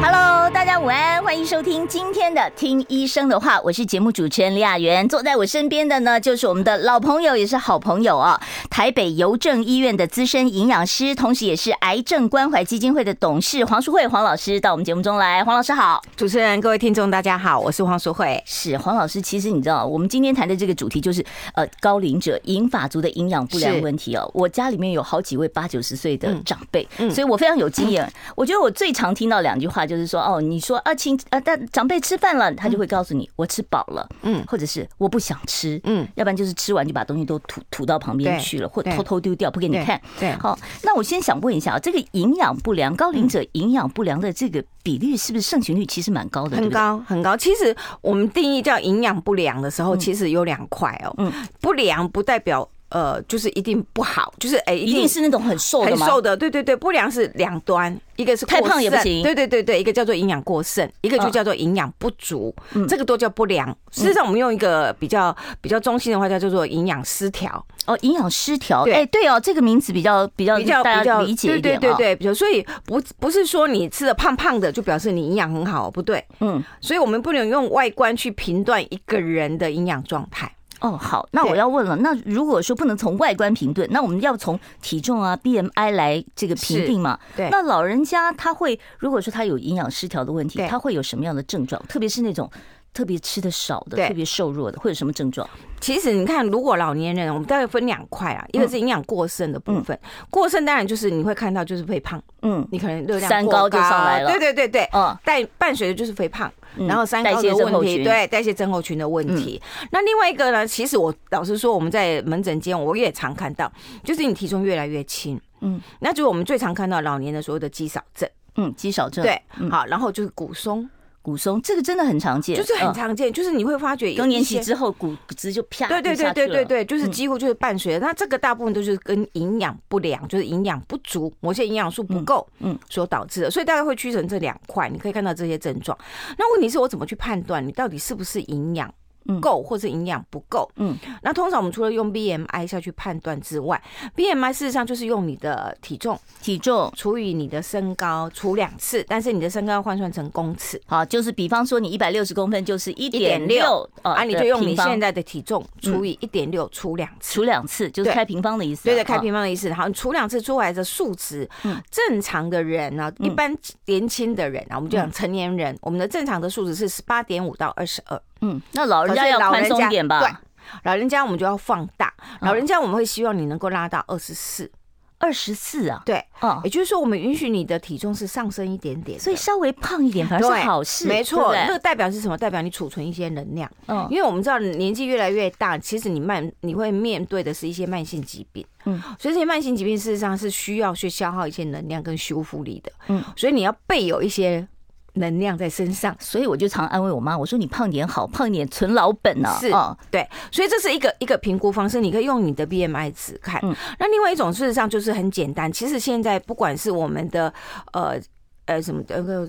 Hello，大家午安，欢迎收听今天的《听医生的话》，我是节目主持人李雅媛。坐在我身边的呢，就是我们的老朋友，也是好朋友哦，台北邮政医院的资深营养师，同时也是癌症关怀基金会的董事黄淑慧黄老师到我们节目中来。黄老师好。主持人、各位听众大家好，我是黄淑慧。是黄老师，其实你知道，我们今天谈的这个主题就是呃高龄者银发族的营养不良是问题哦。我家里面有好几位八九十岁的长辈，嗯所以我非常有经验。我觉得我最常听到两句话就是说，哦，你说啊亲啊，但长辈吃饭了，他就会告诉你、我吃饱了，嗯或者是我不想吃，嗯，要不然就是吃完就把东西都吐吐到旁边对去了，或对偷偷丢掉不给你对看。对嗯好，那我先想问一下，这个营养不良，高龄者营养不良的这个比率是不是盛行率其实蛮高的？对很不对高很高。其实我们定义叫营养不良的时候，其实有两块哦。嗯不良不代表呃，就是一定不好，就是哎、一定是那种很瘦的很吗？瘦的。对对对，不良是两端，一个是过太胖也不剩行嗯对对对对，一个叫做营养过剩，一个就叫做营养不足，这个都叫不良。事实上，我们用一个比较比较中性的话，叫做营养失调。哦，营养失调。对哎，对哦，这个名词比较比较比较嗯大比家较理解一对点对对哦。对，比较所以不不是说你吃的胖胖的就表示你营养很好，不对，嗯，所以我们不能用外观去评断一个人的营养状态。哦，好，那我对要问了，那如果说不能从外观评论，那我们要从体重啊、BMI 来这个评定嘛？对那老人家他会，如果说他有营养失调的问题，对他会有什么样的症状？特别是那种特别吃的少的、对特别瘦弱的，会有什么症状？其实你看，如果老年人，我们大概分两块嗯啊，一个是营养过剩的部分，过剩当然就是你会看到就是肥胖，嗯，你可能热量三过啊高就上来了对对对对，哦，带伴随的就是肥胖，嗯然后三高代谢的症候问群嗯题，对代谢症候群的问题。那另外一个呢，其实我老实说，我们在门诊间我也常看到，就是你体重越来越轻，嗯嗯，那就是我们最常看到老年的所谓的肌少症，嗯，肌少症，对，好，然后就是骨松，骨松，这个真的很常见，就是很嗯常见，就是你会发觉有更年一期些之后骨骨质就啪，对对就下对去对对对，了就是嗯几乎就是伴随的。那这个大部分都是跟营养不良，就是营养不足，某些营养素不够，嗯嗯嗯，所导致的。所以大概会区成这两块，你可以看到这些症状。那问题是我怎么去判断你到底是不是营养嗯？够或是营养不够，嗯嗯，那通常我们除了用 BMI 下去判断之外，BMI 事实上就是用你的体重体重除以你的身高除两次，但是你的身高要换算成公尺，好，就是比方说你一百六十公分就是一点六1.6，啊啊，你就用你现在在的体重除以一点六除两次，嗯除两次，就是对开平方的意思啊。对对，开啊平方的意思。好，你除两次出来的数值嗯，正常的人呢、一般年轻的人啊，我们嗯就讲成年人，我们的正常的数值是十八点五到二十二。嗯，那老人家可要是老宽人松家一点吧，嗯对，老人家我们就要放大，老人家我们会希望你能够拉到二十四。二十四啊，对，哦也，就是说，我们允许你的体重是上升一点点的，所以稍微胖一点反而对是好事，没错，对这不个代表是什么？代表你储存一些能量，对嗯因为我们知道年纪越来越大，其实你慢你会面对的是一些慢性疾病，嗯嗯，所以这些慢性疾病事实上是需要去消耗一些能量跟修复力的，嗯嗯，所以你要备有一些能量在身上。所以我就常安慰我妈，我说你胖点好，胖点存老本啊，是哦对，所以这是一个一个评估方式，你可以用你的 BMI 值看。嗯那另外一种事实上就是很简单，其实现在不管是我们的呃呃什么呃个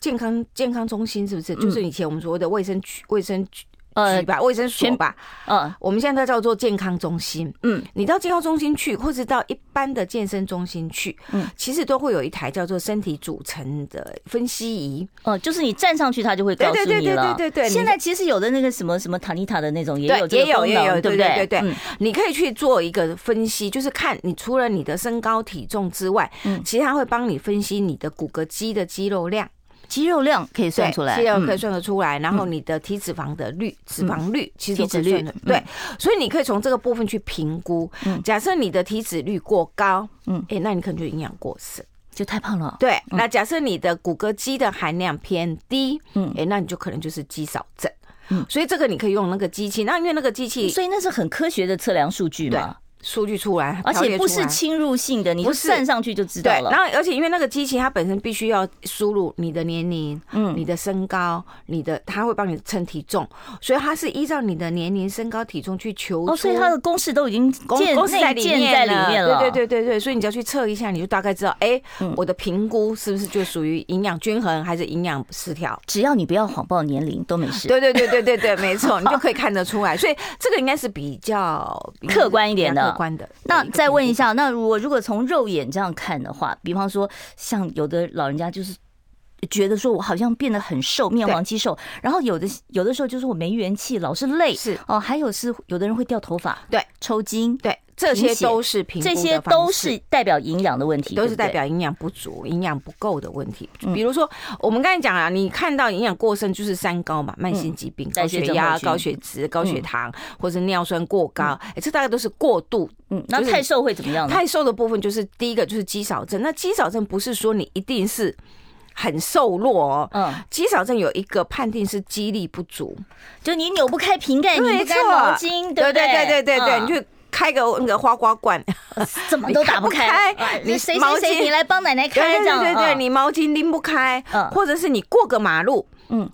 健康健康中心是不是，就是以前我们所谓的卫生局卫生局呃吧，卫生所全吧，嗯我们现在叫做健康中心。嗯，你到健康中心去，或是到一般的健身中心去，嗯嗯，其实都会有一台叫做身体组成的分析仪。哦，就是你站上去，它就会告诉对对你对了。对对对对现在其实有的那个什么什么塔尼塔的那种也对有这也个有功也能，有对对不对对对对嗯你可以去做一个分析，就是看你除了你的身高体重之外，嗯其他会帮你分析你的骨骼肌的肌肉量，肌肉量可以算出来，肌肉可以嗯算得出来，然后你的体脂肪的率、脂肪率，其实都可以体脂率算嗯得对，所以你可以从这个部分去评估。假设你的体脂率过高，嗯嗯，哎，那你可能就营养过剩。就太胖了。对，那假设你的骨骼肌的含量偏低，嗯嗯，哎、那你就可能就是肌少症。嗯所以这个你可以用那个机器，那因为那个机器所以那是很科学的测量数据嘛。数据出来，而条且列不出是来侵入性的，你就不是算上去就知道对，了然。后而且因为那个机器它本身必须要输入你的年龄、嗯你的身高、你的，它会帮你称体重，所以它是依照你的年龄、身高、体重去求出。哦，所以它的公式都已经公建公司在内里建面在里面了。对对对对对，所以你只要去测一下，你就大概知道，哎、嗯我的评估是不是就属于营养均衡还是营养失调？只要你不要谎报年龄都没事。对对对对对对，没错，你就可以看得出 来。所以这个应该是比较客观一点的比较客观的。那对再问一，下，那如果如果从肉眼这样看的话，比方说像有的老人家就是觉得说我好像变得很瘦，面黄肌瘦，然后有的有的时候就是我没元气，老是累，是哦，还有是有的人会掉头发，对、抽筋，对，这些贫血都是评估这的些方都式是代表营养的问题，都对是不对代。表营养不足、营养不够的问题。嗯比如说，我们刚才讲了，啊你看到营养过剩就是三高嘛，慢性疾病、嗯代高谢血症候压、群嗯高血脂、高血糖，或者尿酸过高，哎，这大概都是过度。嗯，那就是太瘦会怎么样呢？太瘦的部分就是第一个就是肌少症，那肌少症不是说你一定是很瘦弱哦。嗯，肌少症有一个判定是肌力不足，就哎你扭不开瓶盖，拧不没开错毛巾，对对不对对对对，嗯你就开个那个花花罐，怎么都打不开你看不开，啊你谁毛巾谁谁，你来帮奶奶对开这对样，对对，嗯你毛巾拎不开嗯，或者是你过个马路，嗯嗯，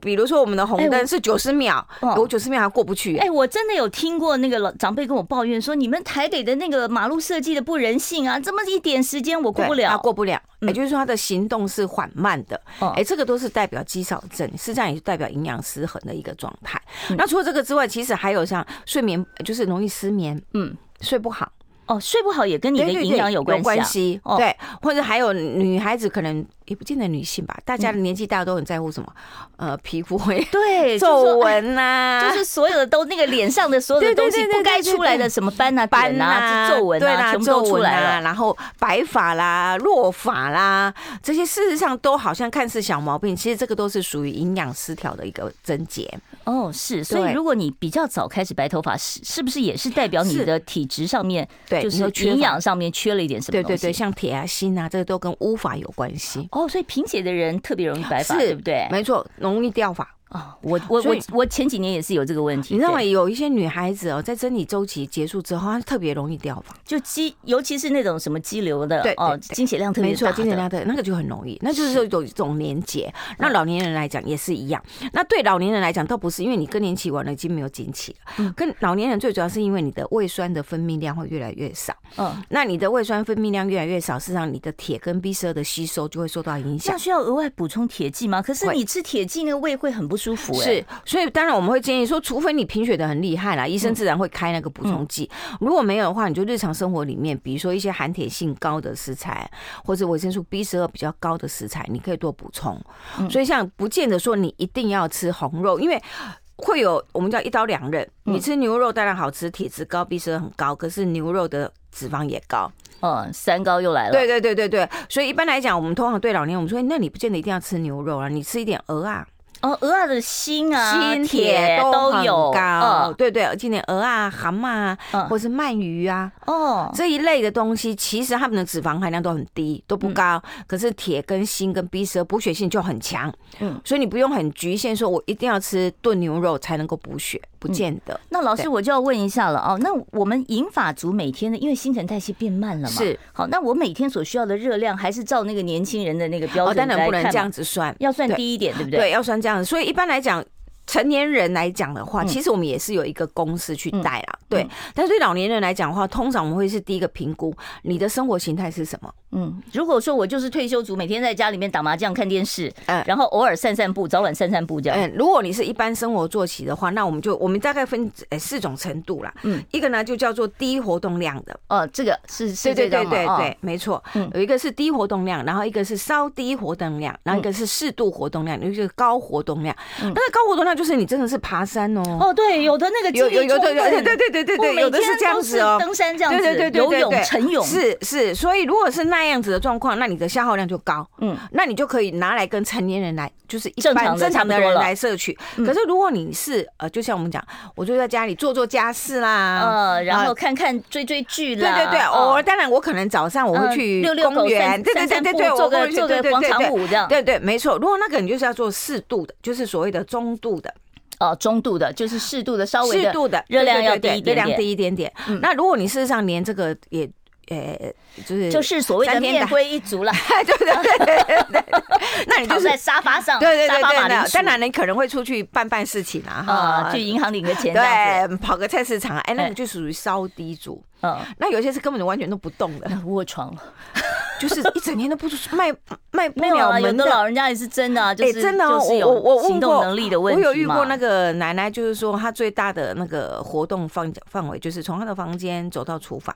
比如说我们的哎红我灯是九十秒，哦我九十秒还过不去哎、，我真的有听过那个老长辈跟我抱怨说，你们台北的那个马路设计的不人性啊，这么一点时间我过对不了啊。过不了。嗯也就是说，他的行动是缓慢的，哦哎，这个都是代表肌少症，实际上也是代表营养失衡的一个状态。嗯那除了这个之外，其实还有像睡眠，就是容易失眠，嗯，睡不好。哦，睡不好也跟你的对对对营养有关系、啊。系哦对，或者还有女孩子可能也不见得女性吧，大家嗯的年纪大都很在乎什么，呃，皮肤会对，就是说皱、纹呐，哎就是所有的都那个脸上的所有的对对东西对对不该对对出来对的什么斑啊、斑点啊、皱纹对啊，啦，全部都皱出纹来啊，了。然后白发啦、落发啦，这些事实上都好像看似小毛病，其实这个都是属于营养失调的一个症结。哦，是，所以对如果你比较早开始白头发，是是不是也是代表你是的体质上面，对就你是说缺乏营养上面缺了一点什么对东对西？对，像铁啊、锌啊，这个都跟乌发有关系。哦，所以贫血的人特别容易白发，是对不对？没错，容易掉发。哦，我我所我以我前几年也是有这个问题，你知道吗？对有一些女孩子哦，在生理周期结束之后，她特别容易掉发。就肌，尤其是那种什么肌瘤的对哦，对对经血量特别没大错，的，精神量的那个就很容易，那就是有一种连结。那老年人来讲也是一样，那对老年人来讲倒不是，因为你更年期完了已经没有经期嗯了。跟老年人最主要是因为你的胃酸的分泌量会越来越少，嗯，那你的胃酸分泌量越来越少，事实际上你的铁跟 B 十二的吸收就会受到影这响样。需要额外补充铁剂吗？可是会你吃铁剂，那个胃会很不舒服、哎，是，所以当然我们会建议说，除非你贫血的很厉害嗯啦，医生自然会开那个补充剂。如果没有的话，你就日常生活里面，比如说一些含铁性高的食材，或者维生素 B 十二比较高的食材，你可以多补充。嗯所以像不见得说你一定要吃红肉，因为。会有我们叫一刀两刃，嗯你吃牛肉当然好吃，铁质高，B 十二很高，可是牛肉的脂肪也高。嗯，三高又来了，对对对对对，所以一般来讲，我们通常对老年，我们说，哎那你不见得一定要吃牛肉啊，你吃一点鹅啊，哦，鹅啊的锌啊、锌铁都都很有高，嗯对对，今年鹅啊、蛤蟆啊，嗯或是鳗鱼啊哦，这一类的东西，其实它们的脂肪含量都很低，都不高，可是铁跟锌跟 B 十二补血性就很强，嗯所以你不用很局限，说我一定要吃炖牛肉才能够补血，不嗯见得。那老师对我就要问一下了哦，那我们银发族每天的，因为新陈代谢变慢了嘛，是好，那我每天所需要的热量还是照那个年轻人的那个标哦，当准然来不能看这嘛样，子算，要算对低一点，对不对？对，要算这样子。所以一般来讲，成年人来讲的话，嗯其实我们也是有一个公式去带啦。对嗯，但是对老年人来讲的话，通常我们会是第一个评估你的生活形态是什么。嗯，如果说我就是退休族，每天在家里面打麻将、看电视，嗯然后偶尔散散步，早晚散散步这样。嗯，如果你是一般生活作息的话，那我们就我们大概分呃四种程度啦。嗯嗯，一个呢就叫做低活动量的，哦，这个是是对对对这张吗对哦对，没错嗯。有一个是低活动量，然后一个是稍低活动量，然后嗯一个是适度活动量，有一个高活动量。那高活动量就是你真的是爬山哦。哦，对，有的那个有有有的对对对对对对对，有的是这样子哦，啊登山这样子，对对对对游对泳、对晨泳，是是，所以如果是那样子的状况，那你的消耗量就高，嗯，那你就可以拿来跟成年人来，就是一正常般的正常差的不多人了来摄取。嗯可是如果你是呃，就像我们讲，我就在家里做做家事啦。呃，然后啊看看追追剧对啦，对对，哦偶尔当然我可能早上我嗯会去遛遛狗公园，散对对散对对步对，做我个会去做个对对广对场对舞这样。对对，没错。如果那个你就是要做适度的，就是所谓的中度的，呃中度的，就是适度的，稍微适度的热量要低对对对一对热点量点，低一点点。那如果你事实上连这个也，呃，就是就是所谓的三天面打归一 族了，对对对对对对对，那你就躺是在沙发上，对对对沙发马铃对，薯当然你可能会出去办办事情啊，啊，哈，去银行领个钱这样对，子，跑个菜市场，哎，那哎个就属于烧低族。嗯，那有些是根本就完全都不动 的，那卧床了，就是一整天都不出去卖卖不没有了啊，有门的老的。人家也是真的啊，就哎，是真的哦，就是我我有我行问动过，能力的问我题有遇过嘛那个奶奶，就是说她最大的那个活动范范围，就是从她的房间走到厨房，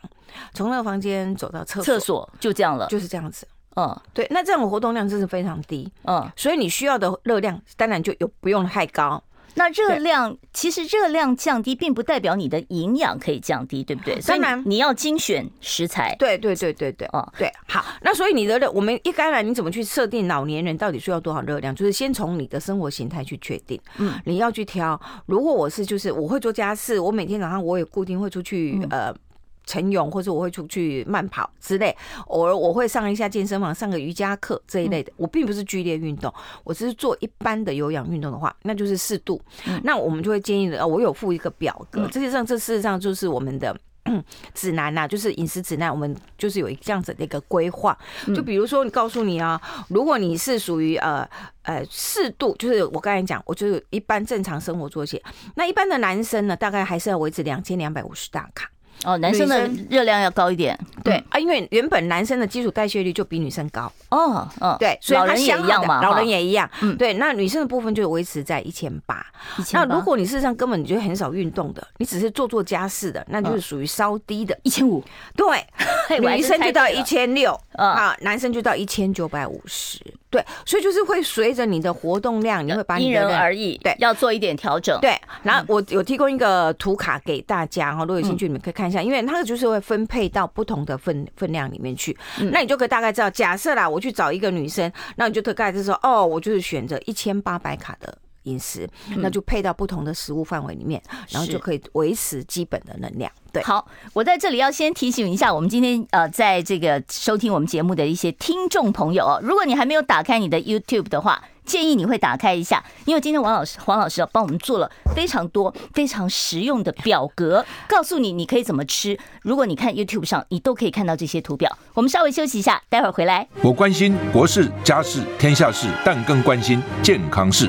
从那个房间走到厕厕所，所就这样了，就是这样子。嗯对，那这种活动量真是非常低，嗯，所以你需要的热量当然就有不用太高。那热量其实热量降低，并不代表你的营养可以降低，对不对？所以当然你要精选食材，对对对对对，哦哦，对，好，那所以你的热，我们一开来你怎么去设定老年人到底需要多少热量？就是先从你的生活形态去确定，嗯嗯，你要去挑。如果我是就是我会做家事，我每天早上我也固定会出去、呃。晨泳，或者我会出去慢跑之类，偶尔我会上一下健身房，上个瑜伽课这一类的。我并不是剧烈运动，我只是做一般的有氧运动的话，那就是适度。那我们就会建议的，呃我有附一个表格，这些上这事实上就是我们的。指南呐、就是饮食指南，我们就是有一这样子的一个规划。嗯就比如说，你告诉你啊，如果你是属于呃呃适度，就是我刚才讲，我就是一般正常生活作息。那一般的男生呢，大概还是要维持两千两百五十大卡。哦，男生的女生热量要高一点，对啊，因为原本男生的基础代谢率就比女生高，哦，嗯，对，所以老他人也相一好样的嘛，老人也。也一样嗯。对，那女生的部分就维持在一千八。那那如果你事实上根本你就很少运动的，你只是做做家事的，那就是属于稍低的。一千五，对，嘿我还女真生就猜到对了一千六嗯啊，男生就到一千九百五十。对，所以就是会随着你的活动量，你会把因你的人热而异，对要做一点调整。，对，然后我有提供一个图卡给大家哈，如果有兴趣你们可以看一下，因为它就是会分配到不同的分分量里面去，嗯那你就可以大概知道，假设啦，我去找一个女生，那你就大概就说，哦，我就是选择一千八百卡的。饮食，那就配到不同的食物范围里面，然后嗯是就可以维持基本的能量。对，好，我在这里要先提醒一下，我们今天呃，在这个收听我们节目的一些听众朋友哦，如果你还没有打开你的 YouTube 的话。建议你会打开一下，因为今天王老师黄老师啊帮我们做了非常多非常实用的表格，告诉你你可以怎么吃。如果你看 YouTube 上，你都可以看到这些图表。我们稍微休息一下，待会儿回来。我关心国事、家事、天下事，但更关心健康事。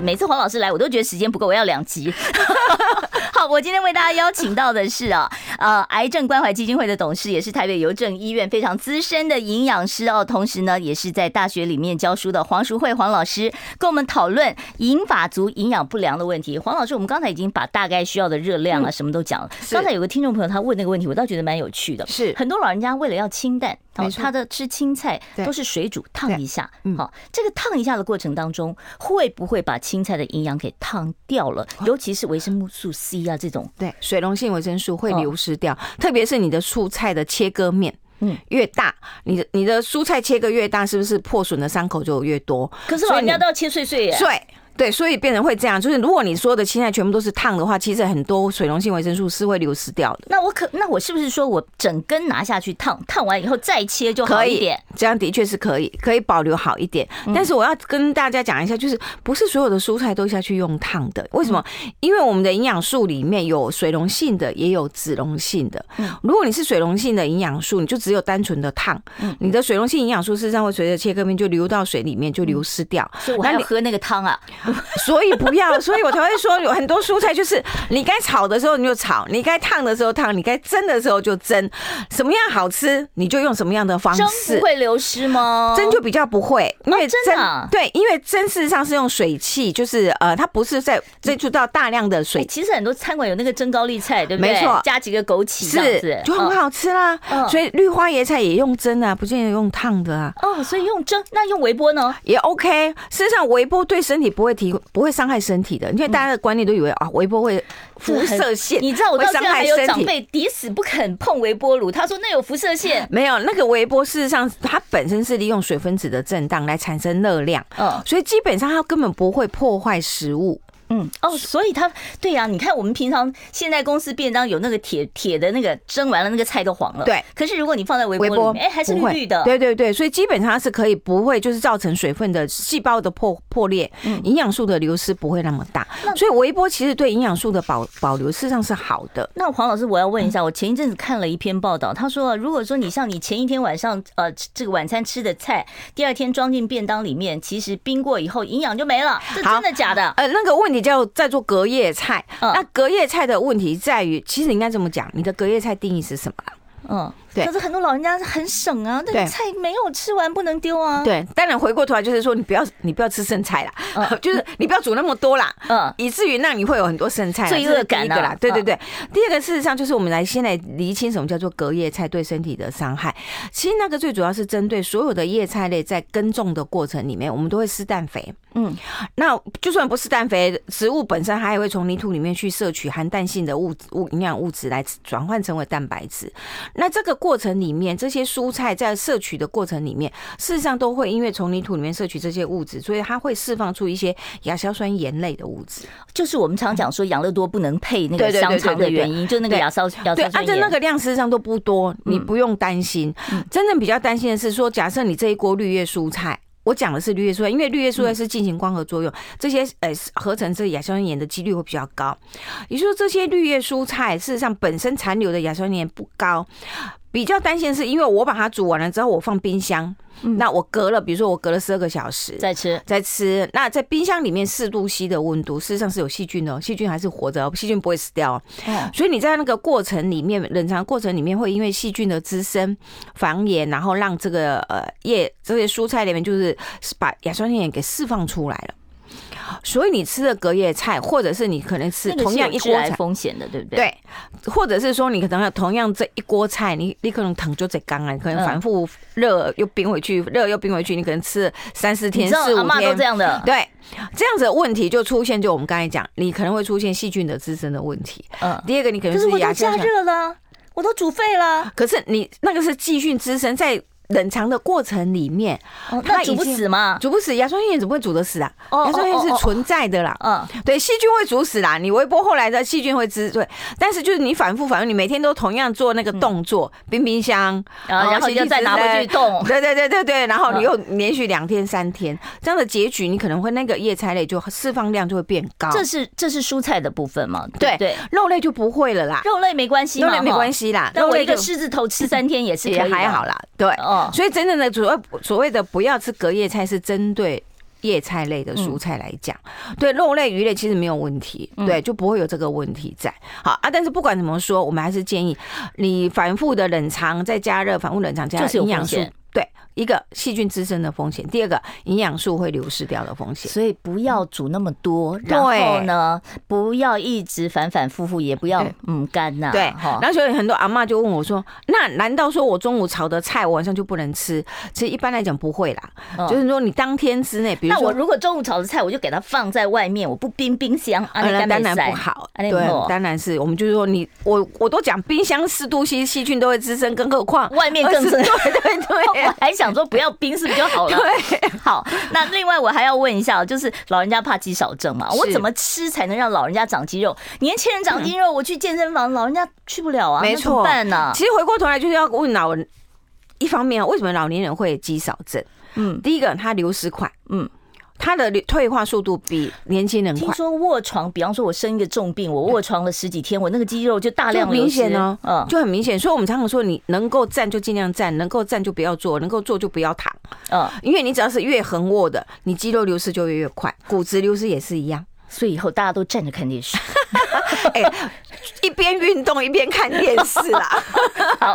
每次黄老师来，我都觉得时间不够，我要两集。 好，我今天为大家邀请到的是啊，呃，癌症关怀基金会的董事，也是台北邮政医院非常资深的营养师哦，同时呢，也是在大学里面教书的黄淑慧黄老师，跟我们讨论银发族营养不良的问题。黄老师，我们刚才已经把大概需要的热量啊，什么都讲了。是刚才有个听众朋友他问那个问题，我倒觉得蛮有趣的。是很多老人家为了要清淡，哦没，错他的吃青菜对都是水煮烫对一下嗯，好，这个烫一下的过程当中，会不会把青菜的营养给烫掉了？哦尤其是维生素 C 啊这种，对，水溶性维生素会哦流失掉，特别是你的蔬菜的切割面。嗯嗯，越大，你的你的蔬菜切割越大，是不是破损的伤口就越多？可是所以老人家你都要切碎碎耶。对对，所以变成会这样，就是如果你说的青菜全部都是烫的话，其实很多水溶性维生素是会流失掉的。那我可那我是不是说我整根拿下去烫，烫完以后再切就好可一以点？，嗯这样的确是可以，可以保留好一点。但是我要跟大家讲一下，就是不是所有的蔬菜都下去用烫的？为什么？嗯因为我们的营养素里面有水溶性的，也有脂溶性的。嗯如果你是水溶性的营养素，你就只有单纯的烫，嗯你的水溶性营养素事实上会随着切割面就流到水里面，就流失掉。所以我那还要你喝那个汤啊。 所以不要，所以我才会说有很多蔬菜就是你该炒的时候你就炒，你该烫的时候烫，你该蒸的时候就蒸，什么样好吃你就用什么样的方蒸式不。会流失吗？啊蒸就比较不会，因为哦真的蒸、啊对，因为蒸事实上是用水汽，就是呃，它不是在接触到大量的水哎，其实很多餐馆有那个蒸高丽菜，对不对？没错加几个枸杞这样子是，就很好吃啦。嗯所以绿花椰菜也用蒸啊，不见得用烫的啊。哦，哦所以用蒸，那用微波呢？也 OK，事实上微波对身体不会会提不会伤害身体的，因为大家的观念都以为啊，微波会辐射线，嗯你知道我到会现伤在还害有身长体。辈抵死不肯碰微波炉，他说那有辐射线。没有那个微波，事实上它本身是利用水分子的震荡来产生热量，嗯所以基本上它根本不会破坏食物。 嗯哦，所以他对呀、你看我们平常现在公司便当有那个铁铁的那个蒸完了那个菜都黄了，对可是如果你放在微波微炉波里面，哎、还是不绿会绿的，对对对，所以基本上它是可以不会就是造成水分的细胞的破破裂，嗯营养素的流失不会那么大，所以微波其实对营养素的保保留事实上是好的。那黄老师，我要问一下，我前一阵子看了一篇报道，他说啊，如果说你像你前一天晚上呃吃这个晚餐吃的菜，第二天装进便当里面，其实冰过以后营养就没了，这真的假的？呃，那个问题叫在做隔夜菜。嗯那隔夜菜的问题在于，其实你应该这么讲，你的隔夜菜定义是什么啊啦？嗯，对可是很多老人家很省啊，那个对菜没有吃完不能丢啊。，对，当然回过头来就是说，你不要你不要吃剩菜啦， 就是你不要煮那么多啦，嗯以至于让你会有很多剩菜啦，罪恶这是第感一啊个啦，对对嗯对。第二个事实上就是我们来先来厘清什么叫做隔夜菜对身体的伤害。其实那个最主要是针对所有的叶菜类，在耕种的过程里面，我们都会施氮肥。嗯，那就算不是氮肥，植物本身它也会从泥土里面去摄取含氮性的物物营养物质来转换成为蛋白质。那这个过程里面，这些蔬菜在摄取的过程里面，事实上都会因为从泥土里面摄取这些物质，所以它会释放出一些亚硝酸盐类的物质。就是我们常讲说养乐多不能配那个对对对香肠的对对对原因，就那个对亚硝亚对，硝按酸照那盐。个量事实上都不多，你不用担心。真正比较担心的是说，假设你这一锅绿叶蔬菜。我讲的是绿叶蔬菜，因为绿叶蔬菜是进行光合作用，这些呃合成这亚硝酸盐的几率会比较高。也就是说，这些绿叶蔬菜事实上本身残留的亚硝酸盐不高。比较担心的是，因为我把它煮完了之后，我放冰箱，那我隔了，比如说我隔了十二个小时，再吃，在吃。那在冰箱里面四度 C 的温度，事实上是有细菌的哦，细菌还是活着哦，细菌不会死掉哦。哦所以你在那个过程里面，冷藏过程里面会因为细菌的滋生、繁衍，然后让这个呃叶这些蔬菜里面就是把亚硝酸盐给释放出来了。所以你吃的隔夜菜，或者是你可能吃那个同是有样一致锅癌菜，风险的，对不对？对，或者是说你可能同样这一锅菜，你你可能疼就这刚啊，你可能嗯反复热又冰回去，热又冰回去，你可能吃了三四你天、知道四阿五妈都天这，样的，对，这样子的问题就出现，就我们刚才讲，你可能会出现细菌的滋生的问题。嗯，第二个，你可能可是我牙都胶加酸，热了，我都煮沸了，可是你那个是细菌滋生在。冷藏的过程里面，哦那它已煮不经死嘛？煮不死牙酸盐怎么会煮得死啊？哦牙酸盐哦哦哦是存在的啦，嗯，对，细菌会煮死啦。你微波后来的细菌会滋对，但是就是你反复反复，你每天都同样做那个动作，冰冰箱，啊然后细菌又再拿滋回生去冻对对对对对，然后嗯你又连续两天三天这样的结局，你可能会那个叶菜类就释放量就会变高，这是这是蔬菜的部分嘛？对不对，肉类就不会了啦，肉类没关系肉嘛，类没哈关。系啦，但肉我一类个就狮子头吃三天也是也可以的啊还好啦，对，哦所以真正的主要所谓的不要吃隔夜菜，是针对叶菜类嗯的蔬菜来讲，对肉类、鱼类其实没有问题，嗯对，就不会有这个问题在。好啊，但是不管怎么说，我们还是建议你反复的冷藏再加热，反复冷藏加就热是有营养风素险。对，一个细菌滋生的风险，第二个营养素会流失掉的风险。所以不要煮那么多，然后呢，不要一直反反复复，也不要对嗯干呐，对，哈然后所以很多阿嬷就问我说：“那难道说我中午炒的菜，我晚上就不能吃？”其实一般来讲不会啦，嗯就是说你当天之内，比如那说我如果中午炒的菜，我就给它放在外面，我不冰冰箱，啊，呃那那当然不好，啊，那不好对，当然是我们就是说你我我都讲冰箱四度 C 细菌都会滋生，更何况外面更 20是对对对 我还想说不要冰是不是就好了？对，好，那另外我还要问一下，就是老人家怕肌少症嘛，是我怎么吃才能让老人家长肌肉？年轻人长肌肉，我去健身房，老人家去不了啊，嗯没那怎么错办呢？其实回过头来就是要问老人，一方面为什么老年人会肌少症？嗯，第一个他流失快，嗯嗯，他的退化速度比年轻人听快。说卧床，比方说我生一个重病，我卧床了十几天，我那个肌肉就大就量很流明失显哦，嗯就很明显，所以我们常常说，你能够站就尽量站，能够站就不要坐，能够坐就不要躺，嗯，因为你只要是越横卧的，你肌肉流失就越越快，骨质流失也是一样。 所以以后大家都站着看电视。哎、一边运动一边看电视啦。 好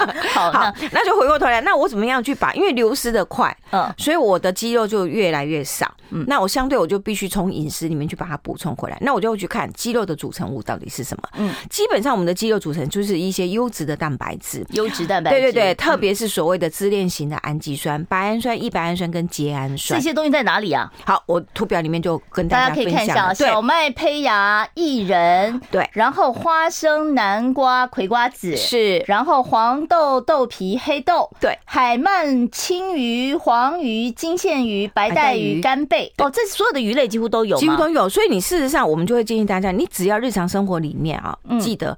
好好那，那就回过头来，那我怎么样去把？因为流失的快，嗯所以我的肌肉就越来越少。那我相对我就必须从饮食里面去把它补充回来。那我就会去看肌肉的组成物到底是什么。嗯基本上我们的肌肉组成就是一些优质的蛋白质。优质蛋白质，对对对，嗯特别是所谓的支链型的氨基酸、白氨酸、异白氨酸跟缬氨这酸。些东西在哪里啊？好，我图表里面就跟大大家家可以分看一下享啊，了。对小麦、胚芽、薏仁，对，然后花生、南瓜、葵瓜子，是然后黄豆、豆皮、黑豆，对海鳗、青鱼、黄鱼、金线鱼、白带白带鱼、鱼干贝，哦，这所有的鱼类几乎都有吗，几乎都有。所以你事实上，我们就会建议大家，你只要日常生活里面啊，嗯记得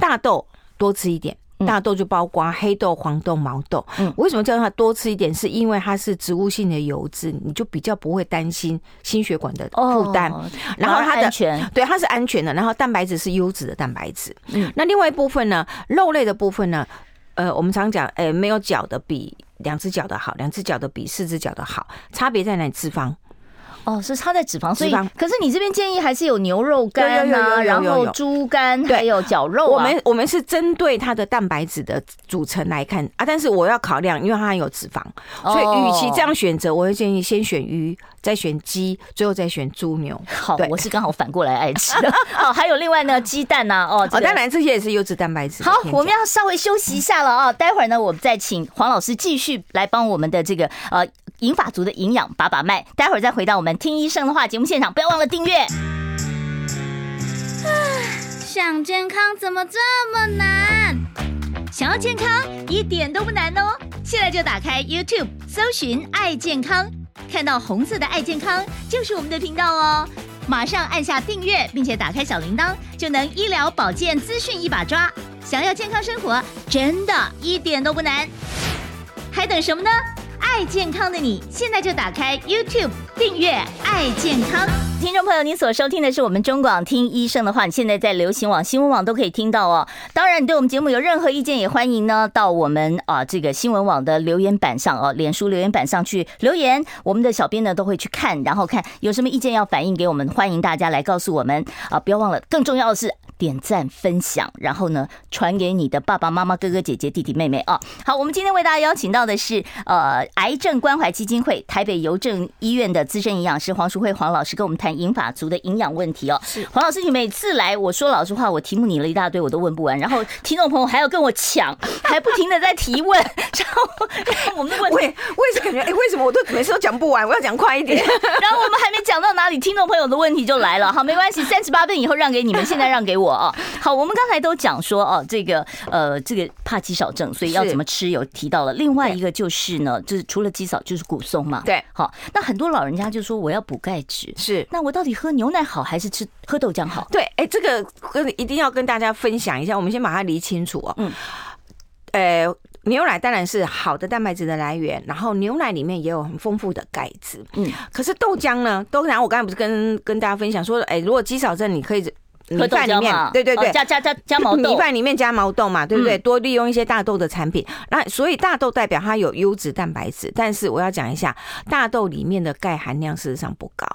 大豆多吃一点。大豆就包括黑豆、黄豆、毛豆。嗯为什么叫它多吃一点？是因为它是植物性的油脂，你就比较不会担心心血管的哦负担。然后它反而的安全对，它是安全的。然后蛋白质是优质的蛋白质。嗯那另外一部分呢，肉类的部分呢，呃，我们常讲，哎、没有脚的比两只脚的好，两只脚的比四只脚的好，差别在哪里？脂肪。哦，是它在脂肪，所以脂肪可是你这边建议还是有牛肉干有有有有啊，有然后有猪肝，对还有绞肉我啊，们我们是针对它的蛋白质的组成来看啊，但是我要考量，因为它含有脂肪，哦所以与其这样选择，我会建议先选鱼，再选鸡，最后再选猪牛。好，对我是刚好反过来爱吃 的。哦，还有另外呢，鸡蛋呐、哦，这哦，个当。然这些也是优质蛋白质的好添，加。我们要稍微休息一下了哦，待会儿呢，我们再请黄老师继续来帮我们的这个呃银发族的营养把把脉。待会儿再回到我们听医生的话节目现场，不要忘了订阅。想健康怎么这么难？想要健康一点都不难哦，现在就打开 YouTube 搜寻“爱健康”，看到红色的“爱健康”就是我们的频道哦。马上按下订阅，并且打开小铃铛，就能医疗保健资讯一把抓。想要健康生活，真的一点都不难，还等什么呢？爱健康的你，现在就打开 YouTube 订阅“爱健康”。听众朋友，您所收听的是我们中广听医生的话，你现在在流行网、新闻网都可以听到哦。当然，你对我们节目有任何意见，也欢迎呢到我们啊这个新闻网的留言板上哦，脸书留言板上去留言，我们的小编呢都会去看，然后看有什么意见要反映给我们，欢迎大家来告诉我们啊！不要忘了，更重要的是点赞分享，然后呢传给你的爸爸妈妈、哥哥姐姐、弟弟妹妹啊。好，我们今天为大家邀请到的是呃癌症关怀基金会台北邮政医院的资深营养师黄淑慧黄老师，跟我们谈银发族的营养问题哦。黄老师，你每次来，我说老实话，我题目拟了一大堆，我都问不完，然后听众朋友还要跟我抢，还不停的在提问，然后让我们的 问我题也我也是感觉，哎、为什么我都每次都讲不完？我要讲快一 点。然后我们还没讲到哪里，听众朋友的问题就来了。好，没关 系，三十八分以后让给你们，现在让给我啊。好，我们刚才都讲说哦、这个呃，这个怕肌少症，所以要是怎么吃有提到了。另外一个就是呢，就是除了肌少就是骨松嘛。对好，那很多老人家就说我要补钙质，是。那我到底喝牛奶好还是吃喝豆浆好？对，哎、这个跟一定要跟大家分享一下，我们先把它理清楚哦。嗯嗯，呃，牛奶当然是好的蛋白质的来源，然后牛奶里面也有很丰富的钙质。嗯嗯，可是豆浆呢？豆浆我刚才不是跟跟大家分享说，哎、如果肌少症，你可以喝米豆饭里浆面嘛，，对对对，哦加加加加毛米豆。饭里面加毛豆嘛，对不对？嗯多利用一些大豆的产品，那所以大豆代表它有优质蛋白质，但是我要讲一下，大豆里面的钙含量事实上不高，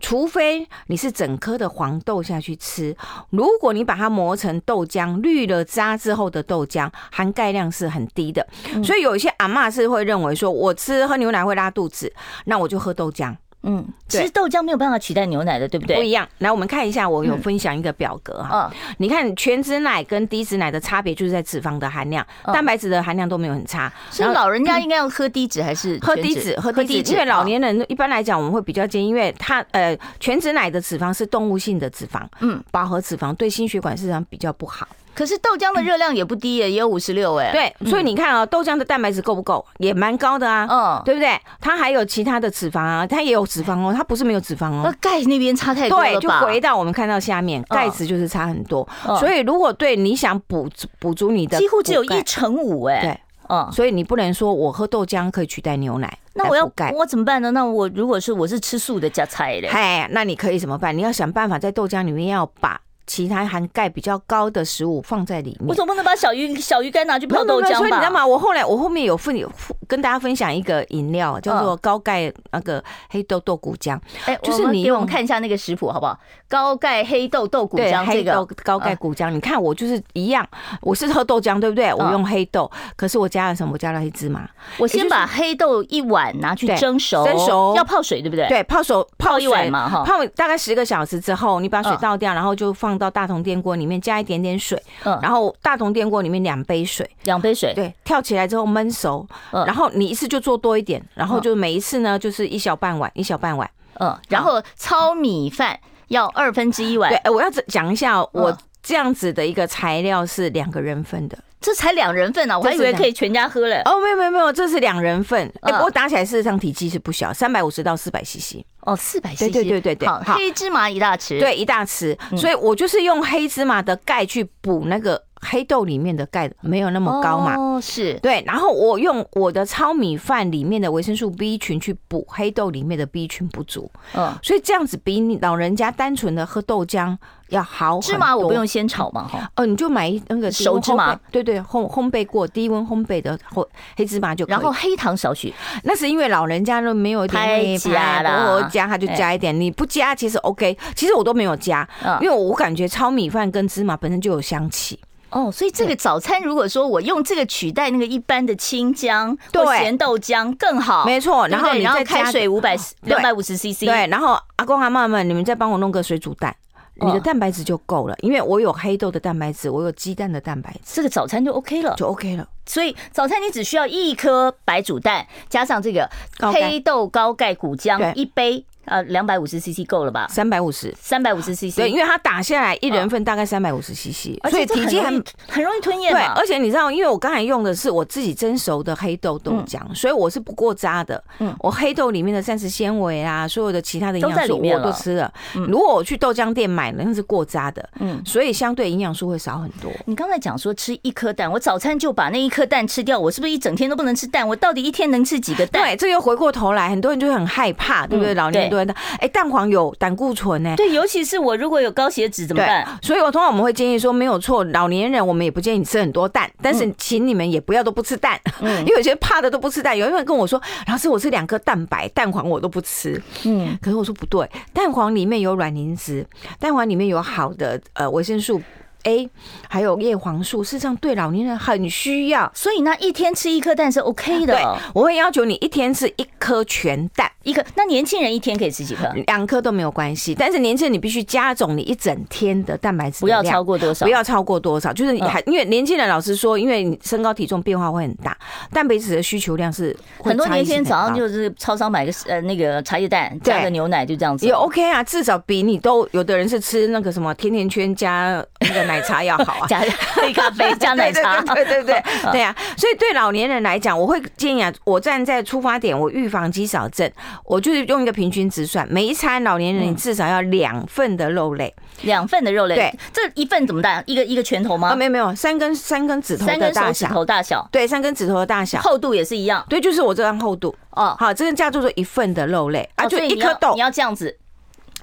除非你是整颗的黄豆下去吃，如果你把它磨成豆浆，滤了渣之后的豆浆，含钙量是很低的，嗯所以有一些阿嬷是会认为说，我吃喝牛奶会拉肚子，那我就喝豆浆。嗯，其对实豆浆没有办法取代牛奶的，对不对？嗯不一哦样。来，我们看一下，我有分享一个表格哈。你看全脂奶跟低脂奶的差别就是在脂肪的含量，嗯蛋白质的含量都没有很差。嗯所以老人家应该要喝低脂还是喝全低脂，喝低脂，因为老哦年人一般来讲，我们会比较建议，因为它呃全脂奶的脂肪是动物性的脂肪，嗯嗯，饱和脂肪对心血管市场比较不好。哦可是豆浆的热量也不低耶，也有五十六哎。，对，所以你看啊，豆浆的蛋白质够不够？也蛮高的啊，嗯，对不对？它还有其他的脂肪啊，它也有脂肪哦，它不是没有脂肪哦。那钙那边差太多对，了就吧？回到我们看到下面，嗯钙质就是差很多。嗯所以如果对你想补足补足你的，几乎只有一。成五哎。对，嗯，所以你不能说我喝豆浆可以取代牛奶来那我要补钙。我怎么办呢？那我如果是我是吃素的加菜嘞，哎，那你可以怎么办？你要想办法在豆浆里面要把其他含钙比较高的食物放在里面。我总不能把小鱼小鱼干拿去泡豆浆吧？所以你知道吗？我后来我后面有分有分跟大家分享一个饮料，叫做高钙那个黑豆豆骨浆，哎，就是我们你给我们用看一下那个食谱好不好？高钙黑豆豆骨对，浆这黑个嗯豆，高钙骨浆。你看我就是一样，我是喝豆浆对不对？嗯我用黑豆，可是我加了什么？我加了黑芝麻。我先把黑豆一碗拿去对蒸熟，蒸熟要泡水对不对？，对，泡手泡一水碗嘛哈泡大概十个小时之后，你把水嗯倒掉，然后就放到大同电锅里面加一点点水，嗯然后大同电锅里面两杯水，两杯水，对，跳起来之后焖熟，嗯然后你一次就做多一点，然后就每一次呢就是一小半碗，一小半碗。嗯，然后糙米饭要二分之一碗对，，哎我要讲一下哦我嗯。这样子的一个材料是两个人份的这才两人份呢，啊我还以为可以全家喝嘞。哦，没有没有没有，这是两人份。哎、嗯不过打起来事实上体积是不小，三百五十到四百 CC，哦，四百 CC，对对对对对好，好黑芝麻一大匙，，对，一大匙。嗯所以我就是用黑芝麻的钙去补那个黑豆里面的钙，没有那么高嘛。哦，是，对，然后我用我的糙米饭里面的维生素 B 群去补黑豆里面的 B 群不足，嗯，所以这样子比你老人家单纯的喝豆浆要好很芝麻我多不用先炒嘛，哈，哦，你就买一那个低温熟芝麻烘焙，对对，烘烘焙过低温烘焙的黑黑芝麻就可以。然后黑糖少许，那是因为老人家都没有点太内加不啦哎会加他就加一点，你不加其实 OK，其实我都没有加，嗯因为我感觉糙米饭跟芝麻本身就有香气。哦，所以这个早餐如果说我用这个取代那个一般的清姜对或咸豆浆更好，没错对不然对后你然后再加开水五百对两百五十 CC，对，然后阿公阿妈们，你们再帮我弄个水煮蛋，你的嗯蛋白质就够了，因为我有黑豆的蛋白质，我有鸡蛋的蛋白质，这个早餐就 OK 了。就 OK 了。所以早餐你只需要一颗白煮蛋，加上这个高钙黑豆高钙骨对浆一杯，呃，两百五十 CC 够了吧？三百五十，三百五十 CC，对，因为它打下来一人份大概三百五十 CC，哦而所以且这体积很很容易啊很容易吞咽对，嘛。而且你知道，因为我刚才用的是我自己蒸熟的黑豆豆浆，所以我是不过渣的。嗯我黑豆里面的膳食纤维啊，所有的其他的营都在养里素面我了都吃了。如果我去豆浆店买了，那是过渣的，嗯所以相对营养素会少很多。你刚才讲说吃一颗蛋，我早餐就把那一颗蛋吃掉，我是不是一整天都不能吃蛋？我到底一天能吃几个蛋？对，这又回过头来，很多人就会很害怕，对不对？嗯老年很多人的，哎，蛋黄有胆固醇呢、对，尤其是我如果有高血脂怎么办？所以我通常我们会建议说，没有错，老年人我们也不建议你吃很多蛋，但嗯是请你们也不要都不吃蛋，因为有些怕的都不吃蛋。有一人跟我说，老师，我吃两颗蛋白蛋黄我都不吃，嗯，可是我说不对，蛋黄里面有卵磷脂，蛋黄里面有好的呃维生素 A，还有叶黄素，事实上对老年人很需要。所以那一天吃一颗蛋是啊 OK 对的，，我会要求你一天吃一颗全蛋，一颗。那年轻人一天可以吃几颗？两颗都没有关系，但是年轻人你必须加总你一整天的蛋白质不要的量超过多少？不要超过多少，就是嗯还、因为年轻人老师说，因为你身高体重变化会很大，蛋白质的需求量是会很多差异年性轻人早上高就是超商买个呃那个茶叶蛋，对加个牛奶就这样子。也 OK 啊，至少比你都有的人是吃那个什么甜甜圈加那个奶茶要好啊。 加黑咖啡加奶茶， 嗯对对 对对对对啊！所以对老年人来讲，我会建议啊，我站在出发点，我预防肌少症，我就是用一个平均值算，每一餐老嗯年人你至少要两份的肉类两份的肉类，对，这一份怎么大？一个一个拳头啊，吗？没有没有，三根三根指头三的根手大指小，头大小，对，三根指头的大小，厚度也是一样对，就是我这样厚度。哦。好，这个叫做一份的肉类啊，哦就所以一你颗要豆你，要这样子。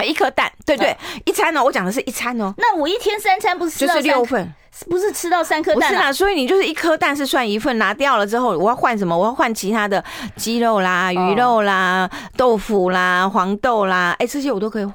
一颗蛋，对对，一餐哦，我讲的是一餐哦，那我一天三餐不是吃就到是三六，份，不是吃到三颗不蛋是啊啦，所以你就是一颗蛋是算一份，拿掉了之后，我要换什么？我要换其他的鸡肉啦、鱼肉啦、哦豆腐啦、黄豆啦，哎，这些我都可以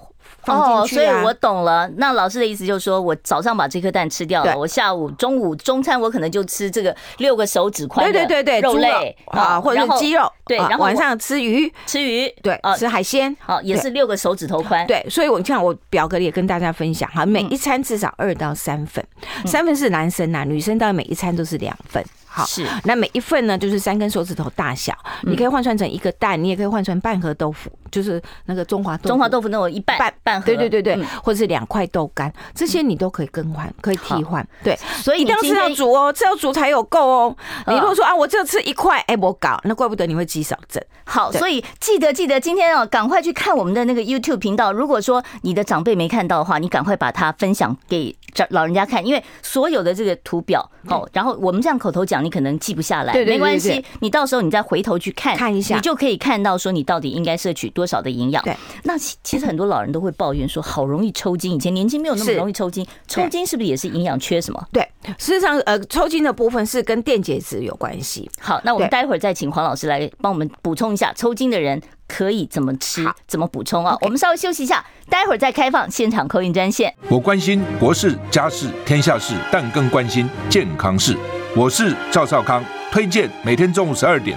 放哦，进去所以啊我。懂了。那老师的意思就是说，我早上把这颗蛋吃掉了，对我下午、中午中餐我可能就吃这个六个手指宽对的对对对，肉猪类哦啊，或者是鸡，然后肉，对啊然后我晚上吃鱼，吃鱼，对啊，吃海鲜，好也是六个手指头宽，对，所以我像我表格里也跟大家分享哈，每一餐至少二到三份，三份是男生呐、女生当然每一餐都是两份。好，嗯是那每一份呢就是三根手指头大小，嗯你可以换算成一个蛋，你也可以换成半盒豆腐，就是那个中华豆腐中华豆腐那种一半半半盒，对对对对，嗯或者是两块豆干，这些你都可以更换，可以替换，对。所以一你定要今吃到天足哦，吃到足才有够哦。你嗯如果说啊，我这吃一块，哎，我搞，那怪不得你会肌少症。好，对所以记得记得今天哦，赶快去看我们的那个 YouTube 频道。如果说你的长辈没看到的话，你赶快把它分享给长老人家看，因为所有的这个图表哦，然后我们这样口头讲，你可能记不下来，对对对没关对系，你到时候你再回头去看看一下你就可以看到说你到底应该摄取多多少的营养。对，那其其实很多老人都会抱怨说，好容易抽筋，以前年轻没有那么是容易抽筋，抽筋是不是也是营养缺什么？对，事实上，呃，抽筋的部分是跟电解质有关系。好，那我们对待会儿再请黄老师来帮我们补充一下，抽筋的人可以怎么吃好、怎么补充啊？我们稍微休息一下，待会儿再开放现场扣印专线。我关心国事、家事、天下事，但更关心健康事。我是赵少康，推荐每天中午十二点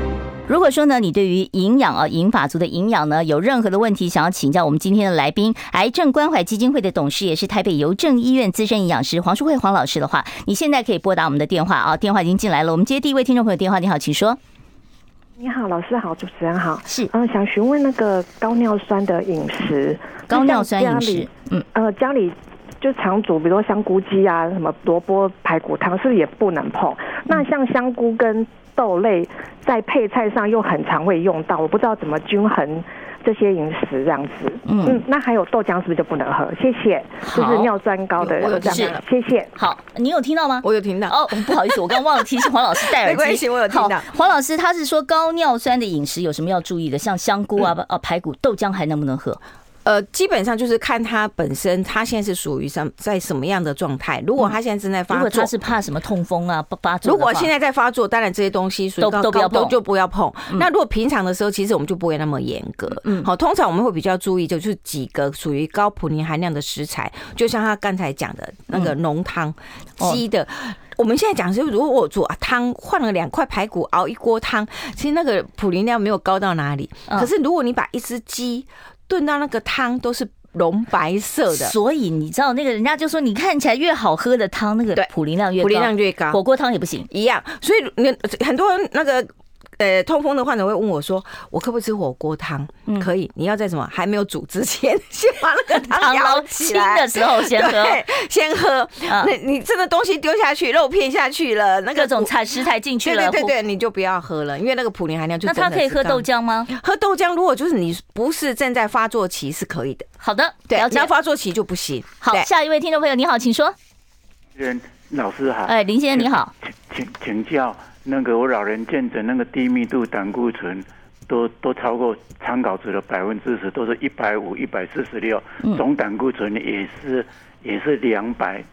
如果说呢，你对于营养啊、银法族的营养呢，有任何的问题想要请教我们今天的来宾，癌症关怀基金会的董事，也是台北邮政医院资深营养师黄淑慧黄老师的话，你现在可以拨打我们的电话啊，电话已经进来了。我们接第一位听众朋友电话，你好，请说。你好，老师好，主持人好。是嗯、想询问那个高尿酸的饮食。高尿酸饮那像家食里，嗯，呃，家里就常煮，比如说香菇鸡啊，什么萝卜排骨汤，是不是也不能嗯碰？那像香菇跟豆类在配菜上又很常会用到，我不知道怎么均衡这些饮食这样子。嗯那还有豆浆是不是就不能喝？谢谢，就好是尿酸高的有我有这是样，谢谢。好，你有听到吗？ 我有听到，哦，不好意思，我刚忘了提醒黄老师戴耳机。 没关系我有听到好黄老师他是说高尿酸的饮食有什么要注意的？像香菇嗯啊、啊排骨、豆浆还能不能喝？呃，基本上就是看他本身，他现在是属于什在什么样的状态。如果他现在正在嗯如发果作他，是怕什么痛风啊、发发作如的话，果现在在发作，当然这些东西属于都高都不要高碰就不要碰。那如果平常的时候，其实我们就不会那么严格。嗯嗯，好，通常我们会比较注意，就是几个属于高普林含量的食材，就像他刚才讲的那个浓汤、哦鸡的。我们现在讲是，如果我煮啊汤，换了两块排骨熬一锅汤，其实那个普林量没有高到哪里。嗯可是如果你把一只鸡炖到那个汤都是浓白色的，所以你知道那个人家就说你看起来越好喝的汤，那个对普林量越高，普林量越高火锅汤也不行。一样。所以你很多那个呃痛风的患者会问我说：“我可不可以吃火锅汤？”可以，你要在什么还没有煮之前，先把那 个汤汤舀捞啊起清来啊的时候先喝，对，先喝。嗯那你真的东西丢下去，肉片下去了，那个各种骨菜食材进去对了。对对对，你就不要喝了，因为那个普林含量就那他真的可以是喝高豆，浆吗？喝豆浆如果就是你不是正在发作期是可以的，好的，对了，解那。发作期就不行。好，对下一位听众朋友你好，请说。人老师好，哎，林先生你好，请请请教那个我老人健诊那个低密度胆固醇都都超过参考值的百分之十，都是一百五、一百四十六，嗯总胆固醇也是也是两百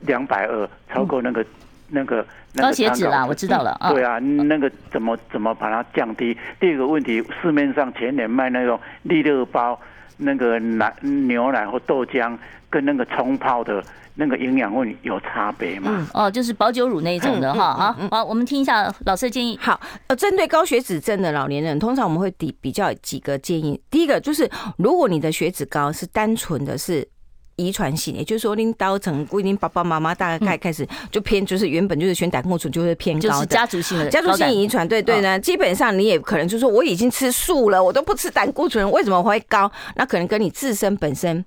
两百二，超过那个、那个那个高血脂参考啦，值我知道了啊。对啊，那个怎么怎么把它降低？第二个问题，市面上前年卖那种利乐包、那个奶牛奶或豆浆，跟那个冲泡的那个营养问有差别吗？哦，就是保酒乳那一种的嗯哈啊。好，我们听一下老师的建议。好，呃，针对高血脂症的老年人，通常我们会比比较几个建议。第一个就是，如果你的血脂高是单纯的是。遗传性，也就是说，拎刀成固定爸爸妈妈大概开始就偏，就是原本就是选胆固醇就会偏嗯就高是的，家族性的家族高性胆嗯遗传，对对呢，基本上你也可能就说我已经吃素了，我都不吃胆固醇，为什么会高？那可能跟你自身本身，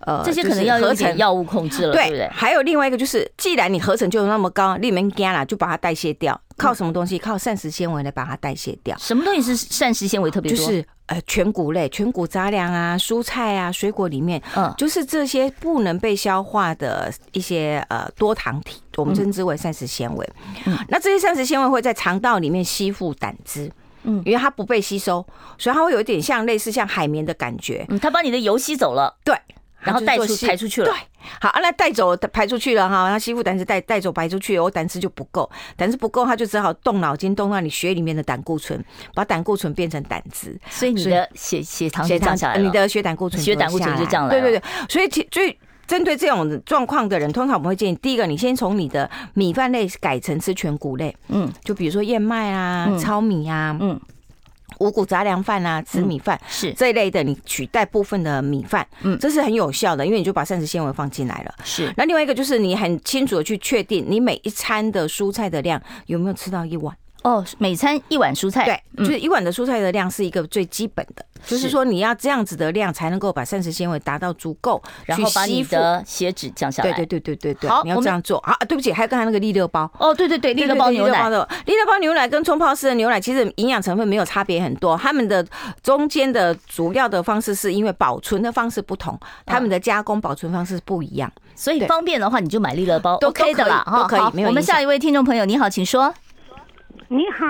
呃，这些可就能是要用合一点成药物控制了，对不对？还有另外一个就是，既然你合成就那么高，你们加啦，就把它代谢掉，靠什么嗯东西？靠膳食纤维来把它代谢掉，什么东西是膳食纤维特别就多？是呃全谷类、全谷杂粮啊、蔬菜啊、水果里面，嗯就是这些不能被消化的一些呃多糖体，我们称之为膳食纤维。嗯那这些膳食纤维会在肠道里面吸附胆汁。嗯，因为它不被吸收，所以它会有一点像类似像海绵的感觉。嗯，他把你的油吸走了，对，然后带出它就是做排出去了对，好，啊那带走排出去了哈，那吸附胆汁带带走排出去了，哦我胆汁就不够，胆汁不够，它就只好动脑筋，动到你血里面的胆固醇，把胆固醇变成胆汁，所以你所以的血血糖就降下来了。你的血胆固醇血胆固醇就降来对了对对，所以其最。针对这种状况的人，通常我们会建议，第一个，你先从你的米饭类改成吃全谷类，嗯就比如说燕麦啊、嗯糙米啊、嗯五谷杂粮饭啊、紫米饭、是这一类的，你取代部分的米饭，嗯嗯，这是很有效的，因为你就把膳食纤维放进来了。是那另外一个就是你很清楚的去确定你每一餐的蔬菜的量有没有吃到一碗。哦，每餐一碗蔬菜，对，就嗯是一碗的蔬菜的量是一个最基本的，哎就是说你要这样子的量才能够把膳食纤维达到足够，然后去把你吸附的血脂降下来。对对对对对对，好你要我们这样做啊！对不起，还有刚才那个利乐包。哦，对对对，立利了乐包牛奶，的利乐包牛奶跟冲泡式的牛奶其实营养成分没有差别很多，它们的中间的主要的方式是因为保存的方式不同，嗯它们的加工保存方式不一样。所以对方便的话你就买立乐包都，OK 的啦，可以都可以好没有我们影响下一位听众朋友，你好，请说，你好，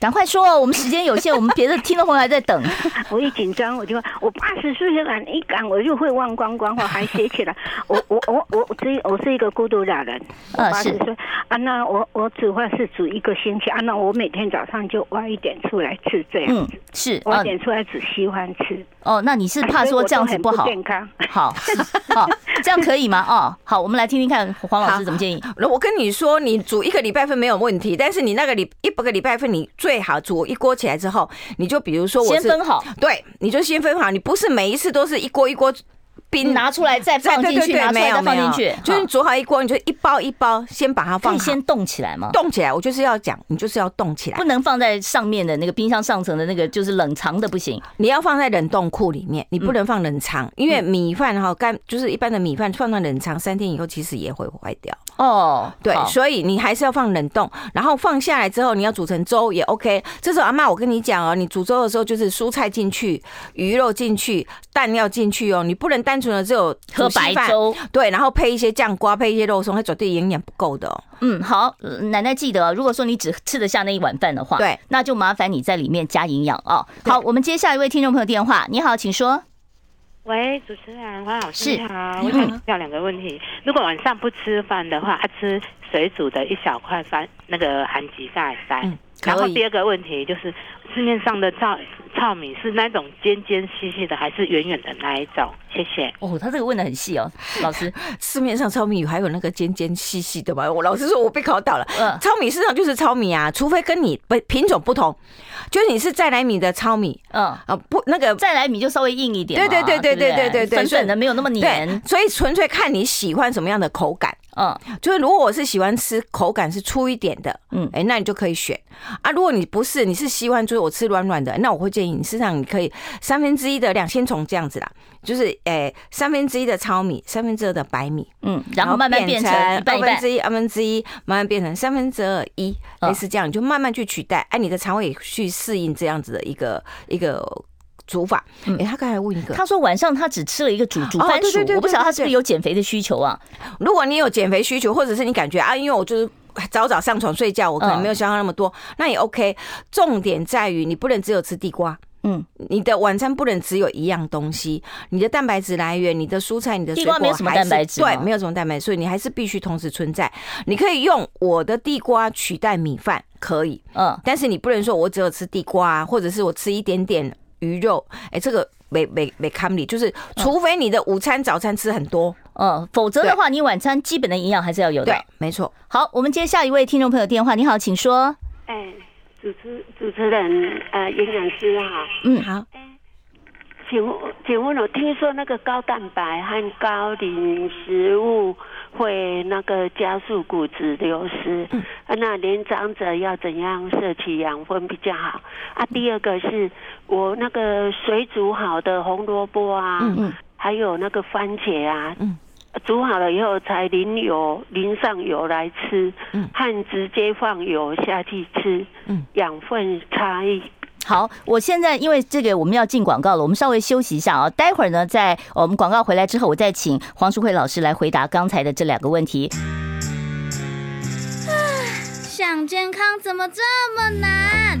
赶快说哦，我们时间有限，我们别的听众朋友还在等。我一紧张我就我八十岁的人一赶我就会忘光光，我还写起来。 我我我我我只我是一个孤独老人，我呃八是十岁啊。那我我煮饭是煮一个星期啊，那我每天早上就挖一点出来吃，这样嗯，是，挖一嗯，点出来只喜欢吃。哦，那你是怕啊所以说我都这样子很不好？健康。好，好，这样可以吗？哦，好，我们来听听看黄老师怎么建议。我跟你说，你煮一个礼拜份没有问题，但是你那个礼一个礼拜份，你最好煮一锅起来之后，你就比如说我先是分好，对，你就先分好，你不是每一次都是一锅一锅冰拿出来再放进去，拿出没来有再放没有进去，，就是你好煮好一锅，你就一包一包先把它可放以好先冻起来吗？冻起来。我就是要讲，你就是要冻起来不，能放在上面的那个冰箱上层的那个，就是冷藏的不行。你要放在冷冻库里面，你不嗯能放冷藏，因为米饭哈干就是一般的米饭放到冷藏三天以后，其实也会坏掉。哦，对，好所以你还是要放冷冻，然后放下来之后，你要煮成粥也 OK。这时候阿妈，我跟你讲哦，你煮粥的时候就是蔬菜进去、鱼肉进去、蛋料进去哦，你不能单纯的只有喝煮稀白饭。粥。对，然后配一些酱瓜，配一些肉松，它绝对营养不够的、哦。嗯，好，呃奶奶记得哦，如果说你只吃得下那一碗饭的话，对，那就麻烦你在里面加营养哦。好，我们接下一位听众朋友电话，你好，请说。喂，主持人黄老师是你好，我想请教两个问题。如果晚上不吃饭的话，他吃水煮的一小块饭，那个含吉塞塞。嗯然后可以第二个问题就是，市面上的糙糙米是那种尖尖细细的，还是圆圆的那一种？谢谢。哦，他这个问的很细哦，老 师，市面上糙米还有那个尖尖细细的嘛，我老实说，我被考倒了。嗯糙米市场就是糙米啊，除非跟你不品种不同，就是你是再来米的糙米嗯，啊、不那个再来米就稍微硬一点嘛，对对对对对不对对对粉粉的没有那么对黏，，所以纯粹看你喜欢什么样的口感。嗯，就是如果我是喜欢吃口感是粗一点的，嗯嗯，哎、那你就可以选啊。如果你不是，你是希望就是我吃软软的，那我会建议你市场你可以三分之一的两千重这样子啦，就是哎三分之一的糙米，三分之二的白米，嗯，然后慢慢变成一二半分一半，之一、二分之一，慢慢变成三分之二一，嗯类似这样，你就慢慢去取代，哎，你的肠胃也去适应这样子的一个一个呃煮法。嗯哎、他刚才问一个，他说晚上他只吃了一个煮煮哦番对薯对对，我不对晓得他对是不是对有减肥的需求啊？如果你有减肥需求，或者是你感觉啊，因为我就是。早早上床睡觉，我可能嗯没有消耗那么多，那也 OK。重点在于你不能只有吃地瓜，嗯，你的晚餐不能只有一样东西。你的蛋白质来源，你的蔬菜，你的水地瓜果没有什么还是蛋白质对吗，没有什么蛋白质，所以你还是必须同时存在。你可以用我的地瓜取代米饭，可以，嗯，但是你不能说我只有吃地瓜、啊，或者是我吃一点点鱼肉，哎、这个没没没看你，就是除非你的午餐、早餐吃很多，嗯，啊否则的话，你晚餐基本的营养还是要有对的。，没错。好，我们接下一位听众朋友电话。你好，请说。哎，主持主持人呃，营养师哈，嗯，好，请问请问我听说那个高蛋白和高磷食物会那个加速骨质流失，啊那年长者要怎样摄取养分比较好？啊，第二个是我那个水煮好的红萝卜啊，嗯还有那个番茄啊，煮好了以后才淋油，淋上油来吃，和直接放油下去吃，养分差异。好，我现在因为这个我们要进广告了，我们稍微休息一下啊。待会儿呢，在呃我们广告回来之后，我再请黄淑慧老师来回答刚才的这两个问题。想健康怎么这么难？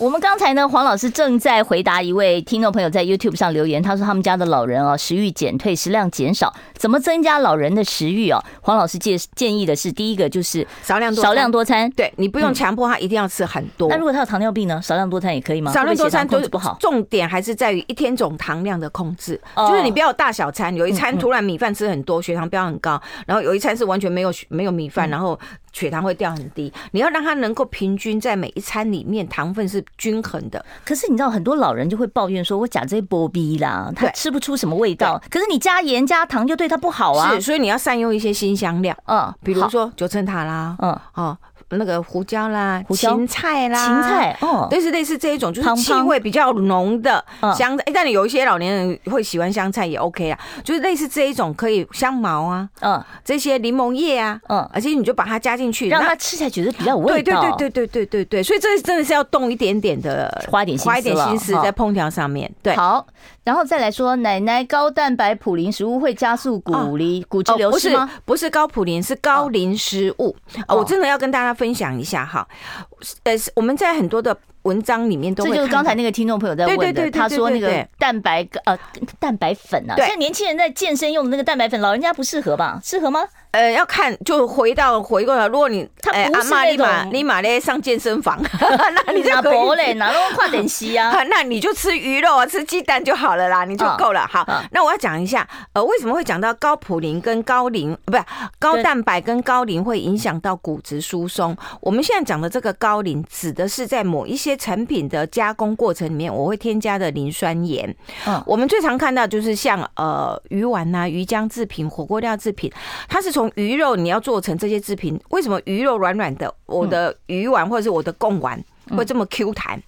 我们刚才呢，黄老师正在回答一位听众朋友在 YouTube 上留言，他说他们家的老人哦，食欲减退，食量减少，怎么增加老人的食欲哦？黄老师建建议的是，第一个就是少量多餐少量多餐。对你不用强迫他一定要吃很多。嗯那如果他有糖尿病呢？少量多餐也可以吗？少量多餐会不会血糖控都制不好。重点还是在于一天总糖量的控制，哦嗯就是你不要有大小餐，有一餐突然米饭吃很多，血糖飙很高，然后有一餐是完全没有血没有米嗯饭，然后血糖会掉很低。你要让它能够平均在每一餐里面糖分是均衡的，可是你知道，很多老人就会抱怨说：“我假这波逼啦，他对吃不出什么味道。”可是你加盐加糖就对他不好啊。是，所以你要善用一些新香料，嗯，比如好，说九层塔啦，嗯，哦，那个胡椒啦，胡椒芹菜啦，芹菜，哦，类似类似这一种，就汤是汤气味比较浓的嗯香菜。哎但你有一些老年人会喜欢香菜，也 OK 啊。就是类似这一种，可以香茅啊，嗯这些柠檬叶啊，嗯，而且你就把它加进去，让那他吃起来觉得比较有对味对道。对对对对对对，所以这真的是要动一点点的，花一点心思花一点了心思哈在烹调上面。对，好，然后再来说，奶奶高蛋白普林食物会加速骨离骨质哦，流不失是吗？嗯不是高普林，是高磷食物。哦，我真的要跟大家分享一下哈，呃，是我们在很多的文章里面都这会就是看刚到才那个听众朋友在对对问对的，对对他说那对个对蛋白呃蛋白粉啊，对现在年轻人在健身用的那个蛋白粉，老人家不适合吧？适合吗？呃，要看就回到回过来，如果你它哎不是阿妈那立马种立马咧上健身房， 那哎你就拿可薄以 嘞，哪都跨点稀啊。啊， 那你就吃鱼肉啊，吃鸡蛋就好了啦，你就嗯够了。好嗯，那我要讲一下，呃，为什么会讲到高普林跟高磷，呃不是高对蛋白跟高磷会影响到骨质疏松？我们现在讲的这个高磷，指的是在某一些成品的加工过程里面，我会添加的磷酸盐。嗯我们最常看到就是像呃鱼丸呐、鱼浆制品、火锅料制品，它是从鱼肉你要做成这些制品，为什么鱼肉软软的，我的鱼丸或者是我的贡丸会这么 Q 弹？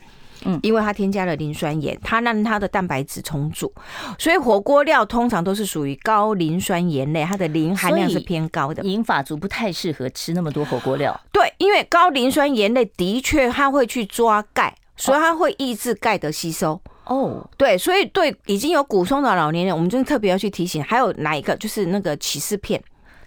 因为它添加了磷酸盐，它让它的蛋白质充足，所以火锅料通常都是属于高磷酸盐类，它的磷含量是偏高的。银发族不太适合吃那么多火锅料，对，因为高磷酸盐类的确它会去抓钙，所以它会抑制钙的吸收。哦，对，所以对已经有骨松的老年人，我们就特别要去提醒。还有哪一个？就是那个起司片，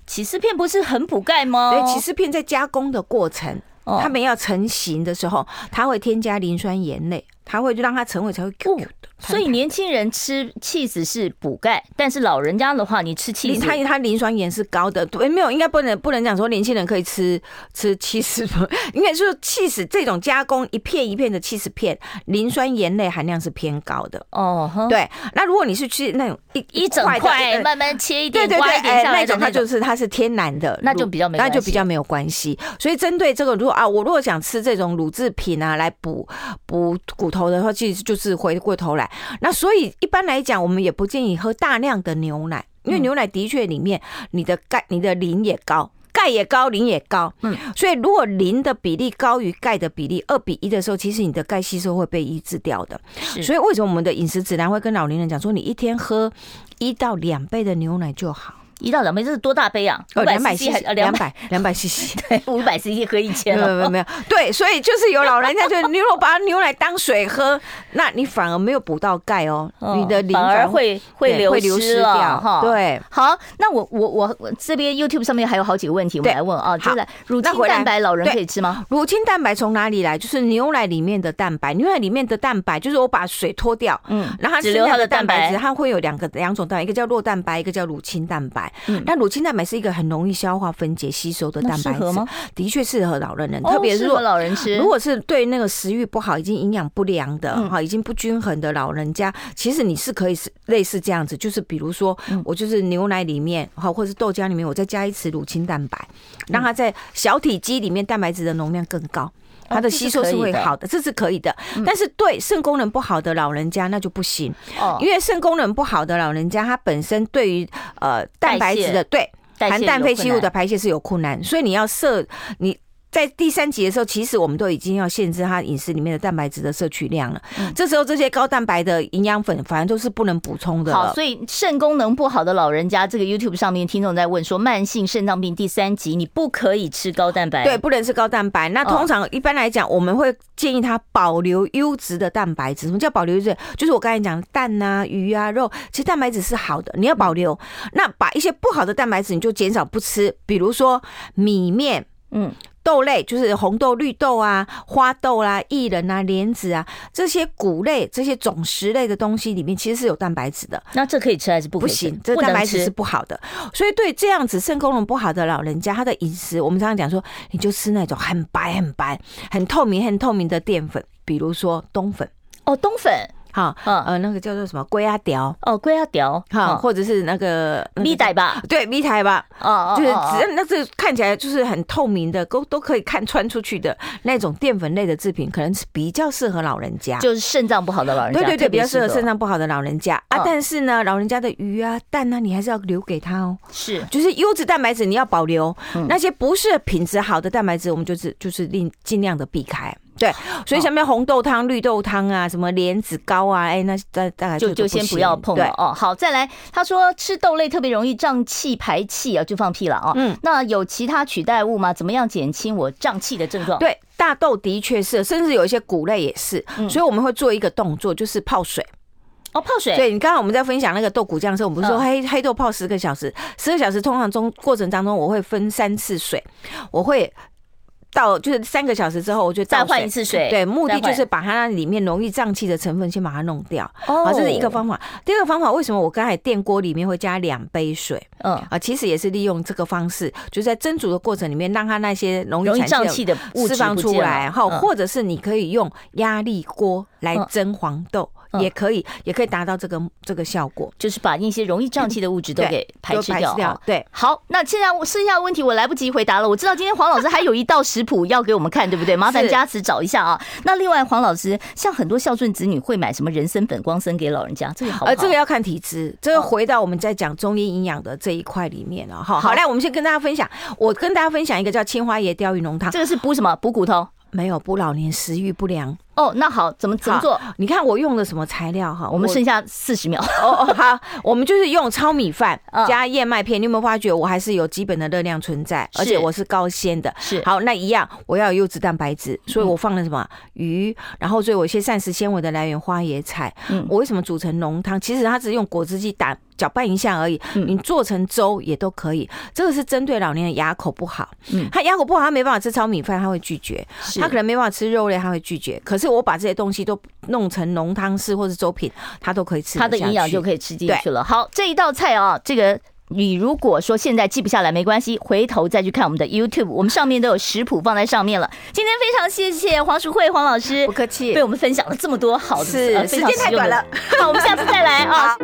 起司片不是很补钙吗？对，起司片在加工的过程，哦他们要成型的时候，它会添加磷酸盐类，它会让它成为才会 Q Q 的。所以年轻人吃 cheese 是补钙，但是老人家的话，你吃磷 cheese 它它磷酸盐是高的，对，没有，应该不能不能讲说年轻人可以吃吃气死吧， 应该就是气死这种加工一片一片的气死片，磷酸盐类含量是偏高的。哦，哼，对，那如果你是吃那种一一整的块呃慢慢切一对点，对刮对，一点哎，下那来的种它那就种。是它是天然的，那就乳比较没那关就系比较没有关系。所以针对这个，如果啊，我如果想吃这种乳制品啊，来补补骨头的话，其实就是回过头来，那所以一般来讲，我们也不建议喝大量的牛奶，因嗯为牛奶的确里面你的钙、你的磷也高。钙也高，磷也高，嗯，所以如果磷的比例高于钙的比例二比一的时候，其实你的钙吸收会被抑制掉的。嗯所以为什么我们的饮食指南会跟老年人讲说，你一天喝一到两杯的牛奶就好？一到两杯，这是多大杯啊？呃，两百500 cc，还两两百 啊百两百 cc，五百 cc 喝一没千有哦没了。有没有，对，所以就是有老人家就是，你如果把牛奶当水喝，那你反而没有补到钙哦，嗯你的磷反而会会对会流流失失了掉哈。对，好，那我我我我这边 YouTube 上面还有好几个问题，我们对来问啊。好就来乳那清回来蛋白，老人对可以吃吗？乳清蛋白从哪里来？就是牛奶里面的蛋白，牛奶里面的蛋白就是我把水脱掉，嗯然后它只留剩下它的的蛋白蛋白质，它会有两个两种蛋白，一个叫酪蛋白，一个叫乳清蛋白。那乳清蛋白是一个很容易消化、分解、吸收的嗯那蛋白适合质吗，的确适合老年人，哦特别是适合老人吃如果是嗯对那个食欲不好、已经营养不良的哈、已经不均衡的老人家，其实你是可以是类似这样子，就是比如说我就是牛奶里面哈，或者是豆浆里面，我再加一匙乳清蛋白，让它在小体积里面蛋白质的容量更高。它的吸收哦是会好的，这嗯是可以的。但是对肾功能不好的老人家那就不行，哦因为肾功能不好的老人家，他本身对于呃蛋白质的对代谢含有氮废弃物困的难排泄是有困难，所以你要摄你。在第三集的时候，其实我们都已经要限制他饮食里面的蛋白质的摄取量了。嗯这时候这些高蛋白的营养粉，反正都是不能补充的了。好，所以肾功能不好的老人家，这个 YouTube 上面听众在问说，慢性肾脏病第三级，你不可以吃高蛋白。哦对，，不能是高蛋白。那通常一般来讲，我们会建议他保留优质的蛋白质。什么叫保留优质？就是我刚才讲的蛋啊、鱼啊、肉，其实蛋白质是好的，你要嗯保留。那把一些不好的蛋白质你就减少不吃，比如说米面。嗯，豆类就是红豆、绿豆啊、花豆啦、薏仁啊、莲子啊这些谷类、这些种食类的东西里面，其实是有蛋白质的。那这可以吃还是不可不以吃行，这不蛋能白质是吃。不好的。所以对这样子肾功能不好的老人家，他的饮食，我们常常讲说，你就吃那种很白、很白、很透明、很透明的淀粉，比如说冬粉，哦，冬粉哈，嗯呃，那个叫做什么龟鸭条，哦，龟要屌哈，哦或者是那个米仔，吧那，个对米苔吧，哦哦，就是哦哦只那这看起来就是很透明的，都都可以看穿出去的那种淀粉类的制品，可能是比较适合老人家。就是肾脏不好的老人家，对对对，特比别较适合肾脏脏不好的老人家啊嗯。但是呢，老人家的鱼啊、蛋啊，你还是要留给他哦。是就是优质蛋白质你要保留，嗯那些不是品质好的蛋白质，我们就是就是尽尽量的避开。对，所以像面红豆汤、绿豆汤啊，什么莲子糕啊，哎，那大大概就都就先不要行碰对了，哦。好，再来，他说吃豆类特别容易胀气排气啊，就放屁了哦。嗯那有其他取代物吗？怎么样减轻我胀气的症状？，对，大豆的确是，甚至有一些谷类也是，嗯所以我们会做一个动作，就是泡水。哦，泡水，对你刚刚我们在分享那个豆谷酱的时候，我们不是说嗯黑、黑豆泡十个小时，十个小时通常中过程当中，我会分三次水，我会。到就是三个小时之后，我就倒再换一次水对，目的再换就是把它那里面容易胀气的成分先把它弄掉。哦好，这是一个方法。第二个方法，为什么我刚才电锅里面会加两杯水嗯，啊？其实也是利用这个方式，就在蒸煮的过程里面，让它那些容容易易产生胀气的物质释放不出见了来哈，嗯或者是你可以用压力锅来嗯蒸黄豆，嗯也可以，也可以达到这个这个效果。就是把那些容易胀气的物质都嗯对给排都斥排掉斥掉哦对好，那现在我剩下的问题我来不及回答了。我知道今天黄老师还有一道食谱要给我们看，对不对？麻烦是佳慈找一下啊。那另外，黄老师像很多孝顺子女会买什么人参粉、光参给老人家，这个好不好？呃，这个要看体质，这哦个回到我们在讲中医营养的这一块里面了哈。好好，来，我们先跟大家分享，我跟大家分享一个叫青花椰鲷鱼浓汤这，个是补什么？补骨头。没有补老年食欲不良。哦，那好，怎么怎么好做？？你看我用了什么材料哈？我们剩下四十秒。哦哦好，我们就是用糙米饭嗯加燕麦片。你有没有发觉我还是有基本的热量存在，是而且我是高纤的。是嗯好，那一样我要有优质蛋白质，所以我放了什么鱼，然后所以我一些膳食纤维的来源花椰菜嗯。我为什么煮成浓汤？其实它只是用果汁机打。搅拌一下而已，嗯你做成粥也都可以。这个是针对老年人牙口不好，嗯他牙口不好，他没办法吃糙米饭，他会拒绝。是他可能没办法吃肉类，他会拒绝。可是我把这些东西都弄成浓汤式或是粥品，他都可以吃。它的营养就以。可以吃进去了。好，这一道菜啊，这个。你如果说现在记不下来没关系，回头再去看我们的 YouTube，我们上面都有食谱放在上面了。今天非常谢谢黄淑慧黄老师，不客气被我们分享了这么多好的是呃非常时间太实用短的了 好，我们下次再来啊。